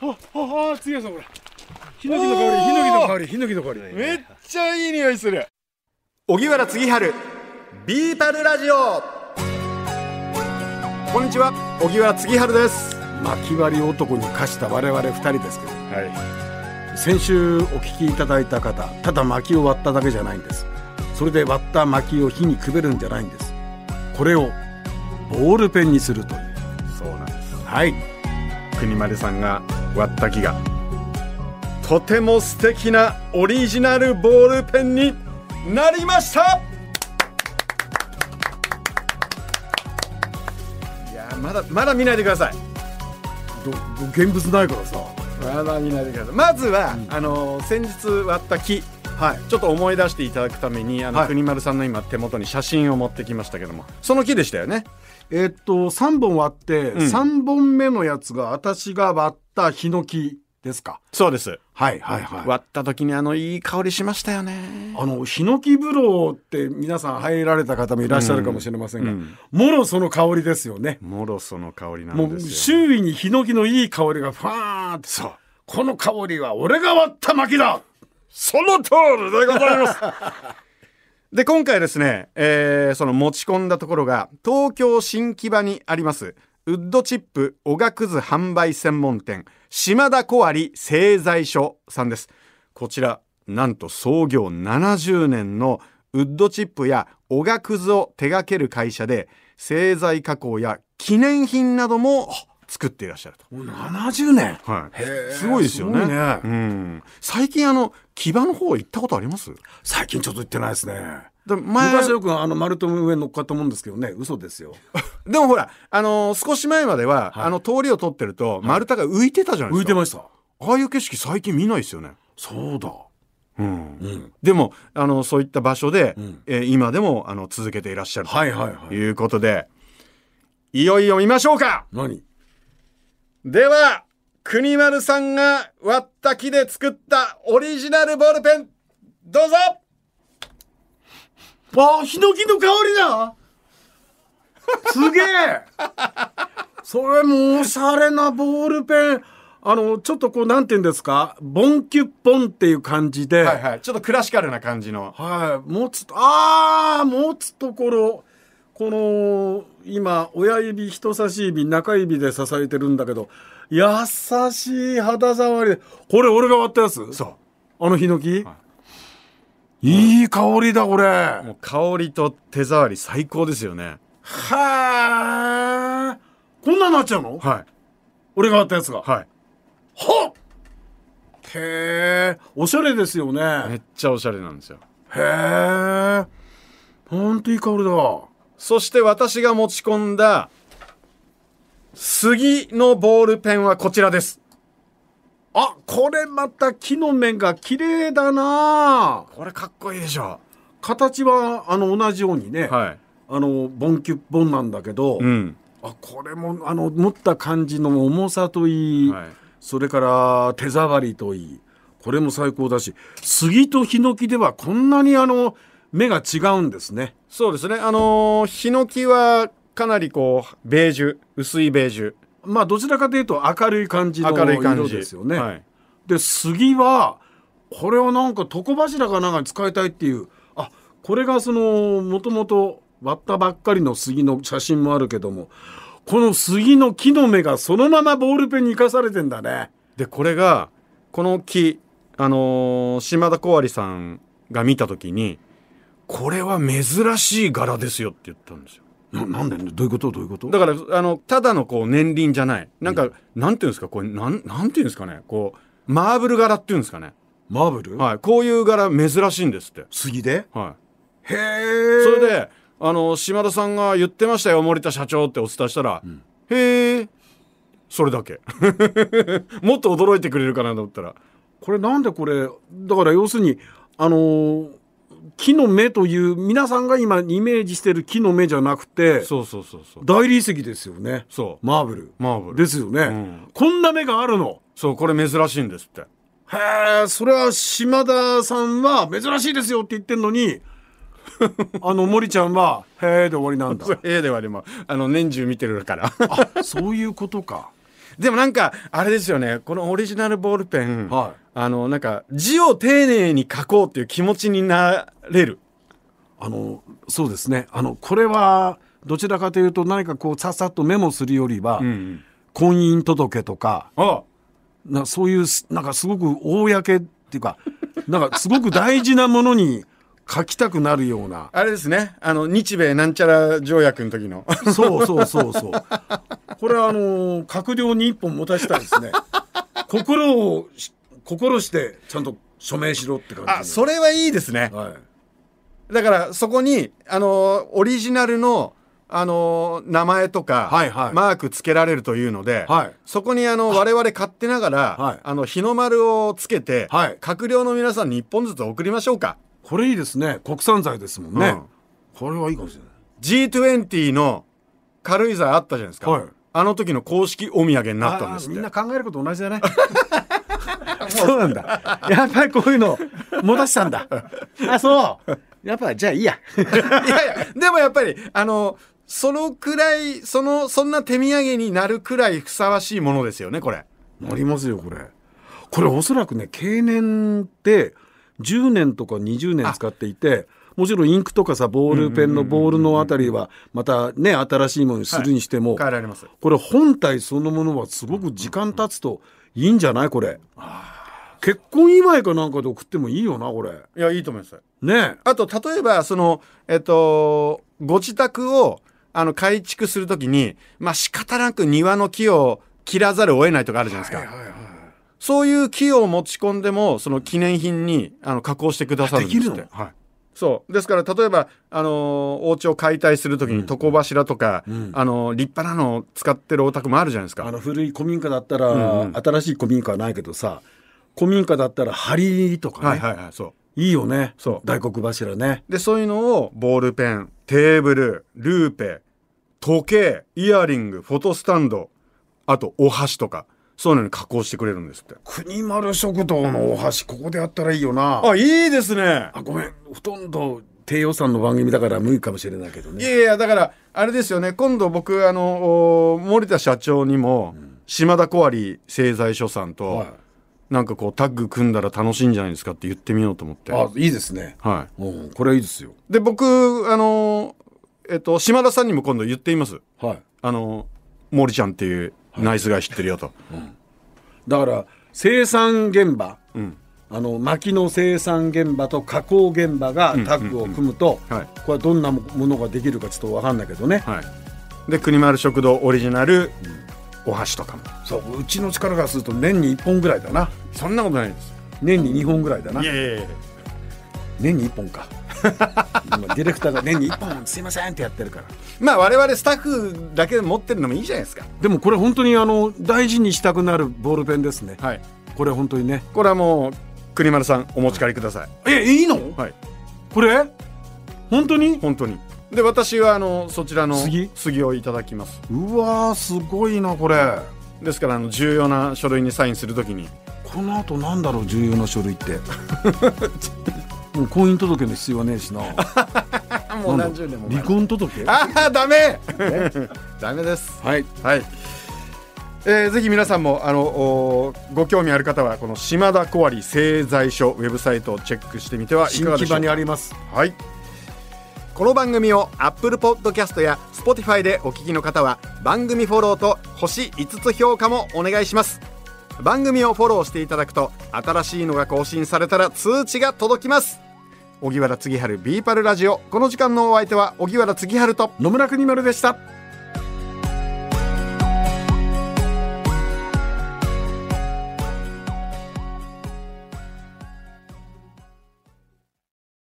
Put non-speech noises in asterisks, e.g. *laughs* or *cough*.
おああ強いぞこれヒノキの香りヒノキの香りヒノキの香りめっちゃいい匂いする小木原次春ビーパルラジオこんにちは小木原次春です巻割り男に課した我々二人ですけどは先週お聞きいただいた方ただ薪を割っただけじゃないんですそれで割った薪を火にくべるんじゃないんですこれをボールペンにするといういそうなんですはい国丸さんが割った木がとても素敵なオリジナルボールペンになりましたいやーまだまだ見ないでくださいどど現物ないからさまだ見ないでくださいまずは、あのー先日割った木はいちょっと思い出していただくためにあの、はい国丸さんの今手元に写真を持ってきましたけどもその木でしたよねえーっと3本割って、ん三3本目のやつが私が割ったヒノキですかそうですはいはいはい割った時にあのいい香りしましたよねあのヒノキ風呂って皆さん入られた方もいらっしゃるかもしれませんが、うんうんもろその香りですよね。もろその香りなもんうですよ周囲にヒノキのいい香りがファーンってそうこの香りは俺が割った薪だその通りでございますで今回ですね、えーその持ち込んだところが東京新木場にありますウッドチップおがくず販売専門店島田小割製材所さんですこちらなんと創業70年のウッドチップやおがくずを手掛ける会社で製材加工や記念品なども作っていらっしゃると *laughs* もう70年はい、ーすごいですよねすごいねうん、最近あの木場の方行ったことあります最近ちょっと行ってないですね。で前昔よくあの丸太の上に乗っかったもんですけどね嘘ですよ。でもほら、あのー少し前までは、あの通りを通ってると丸太が浮いてたじゃないで浮すいか、てました。ああいう景色最近見ないですよね、そうだ。うんうん。でもあのそういった場所で、んえー今でもあの続けていらっしゃるはいはいはとい。いうことで、い、よいよ見ましょうか何では国丸さんが割った木で作ったオリジナルボールペンどうぞあヒノキの香りだすげえそれもおしゃれなボールペンあのちょっとこうなんて言うんですかボンキュッポンっていう感じで、はいはいちょっとクラシカルな感じのはい、持つと、ああ、持つところ、この、今、親指、人差し指、中指で支えてるんだけど、優しい肌触りで、これ俺が割ったやつそうあのヒノキ、い、い香りだ、これ。もう香りと手触り最高ですよね。はあ。こんなになっちゃうのは俺が割ったやつが。い。はい。ほっへえ、おしゃれですよね。めっちゃおしゃれなんですよ。へえ。ほんといい香りだ。そして私が持ち込んだ、杉のボールペンはこちらです。あこれまた木の面が綺麗だなこれかっこいいでしょ。形はあの同じようにね、はい。あのボンキュッボンなんだけど、うん。あこれもあの持った感じの重さといい、はいそれから手触りといいこれも最高だし杉とヒノキではこんなにあの目が違うんですねそうですね。あのーヒノキはかなりこう、ベージュ、薄いベージュ、まあどちらかというと明るい感じの明るい感色じですよね、はい。で杉はこれをなんか床柱かなんかに使いたいっていうあこれがそのもともと割ったばっかりの杉の写真もあるけどもこの杉の木の芽がそのままボールペンに生かされてんだねで、これが、この木、あのー島田小割さんが見たときに、これは珍しい柄ですよって言ったんですよ。ななんでどういうことどういうことだからあのただのこう年輪じゃないなんか、なんていうんですかこれなんなんていうんですかねこうマーブル柄っていうんですかね、マーブル、はい、こういう柄珍しいんですって、杉ではへえい、それであの島田さんが言ってましたよ森田社長ってお伝えしたら「へえそれだけ *laughs* もっと驚いてくれるかなと思ったらこれなんでこれだから要するにあのー木の芽という皆さんが今イメージしてる木の芽じゃなくてそうそうそうそう大理石ですよねそうマーブルマーブルですよね、んこんな目があるのそうこれ珍しいんですってへえそれは島田さんは珍しいですよって言ってんのに *laughs* あの森ちゃんは *laughs* 「へえ」で終わりなんだ「ええではでもあの年中見てるからあそういうことか *laughs* でもなんかあれですよねこのオリジナルボールペン、はいあのなんか字を丁寧に書こうっていう気持ちになれるあのそうですねあのこれはどちらかというと何かこうさっさっとメモするよりは、ん婚姻届とかあなそういうすなんかすごく公っていうか *laughs* なんかすごく大事なものに書きたくなるようなあれですねあの日米なんちゃら条約の時の *laughs* そうそうそうそうこれはあのー閣僚に一本持たせたいですね心をし心してちゃんと署名しろって感じあそれはいいですねれはいだからそこにあのオリジナルのあの名前とか、はいはいマークつけられるというので、はいそこにあの我々勝手ながら、はいあの日の丸をつけて、はい閣僚の皆さんに1本ずつ送りましょうかこれいいですね国産材ですもんね、うんこれはいいかもしれない G20 の軽井沢あったじゃないですか、はいあの時の公式お土産になったんですってみんな考えること同じだね *laughs* そうなんだやっぱりこういうの持たせたんだあそうやっぱじゃあいいやいやいやでもやっぱりあのそのくらいそのそんな手土産になるくらいふさわしいものですよねこれなりますよこれこれおそらくね経年って10年とか20年使っていてもちろんインクとかさボールペンのボールのあたりはまたね新しいものにするにしても、変えられますこれ本体そのものはすごく時間経つといいんじゃないこれ結婚祝いかなんかで送ってもいいよなこれいやいいと思いますねえあと例えばそのえっとご自宅をあの改築するときにまあ仕方なく庭の木を切らざるを得ないとかあるじゃないですか、そういう木を持ち込んでもその記念品にあの加工してくださるんですってできるはいそうですから例えば、あのーお家を解体するときに床柱とか、あのー立派なのを使ってるお宅もあるじゃないですかあの古い古民家だったら、新しい古民家はないけどさ古民家だったら梁とかはね、いいはいはいそうい、よねそう大黒柱ねでそういうのをボールペンテーブルルーペ時計イヤリングフォトスタンドあとお箸とかそういうのに加工してくれるんですって国丸食堂のお箸ここでやったらいいよなああいいですねごめんほとんど低予算の番組だから無理かもしれないけどいねやいやだからあれですよね今度僕あのお森田社長にも島田小有製材所さんと、はいなんかこうタッグ組んだら楽しいんじゃないですかって言ってみようと思ってあいいですねはうんこれはいいですよいで僕あのえっと島田さんにも今度言っていますはいあの森ちゃんっていうナイスガイ知ってるよと、だから生産現場、んあの薪の生産現場と加工現場がタッグを組むと、うんはいこれはどんなものができるかちょっと分かんないけどね、はい、で国丸食堂オリジナルお箸とかもそううちの力からすると年に1本ぐらいだなそんなことないです年に2本ぐらいだないやいやいや年に1本 *laughs* か今ディレクターが年に1本すいませんってやってるからまあ我々スタッフだけで持ってるのもいいじゃないですかでもこれ本当にあの大事にしたくなるボールペンですね、はいこれ本当にねこれはもう国丸さんお持ち帰りくださいえいいのはいこれ本当に本当にで私はあのそちらの杉杉をいただきますうわーすごいなこれですからあの重要な書類にサインするときにこの後なんだろう重要な書類って *laughs* もう婚姻届の必要はねえしなあもなんだ離婚届ああダメ *laughs* ダメですはいはい。えーぜひ皆さんもあのおーご興味ある方はこの島田小有製材所ウェブサイトをチェックしてみてはい新かが木でしょ場うにか。ありますはい。この番組を Apple Podcast や Spotify でお聞きの方は番組フォローと星5つ評価もお願いします。番組をフォローしていただくと新しいのが更新されたら通知が届きます。荻原次春ビーパルラジオこの時間のお相手は荻原次春と野村国丸でした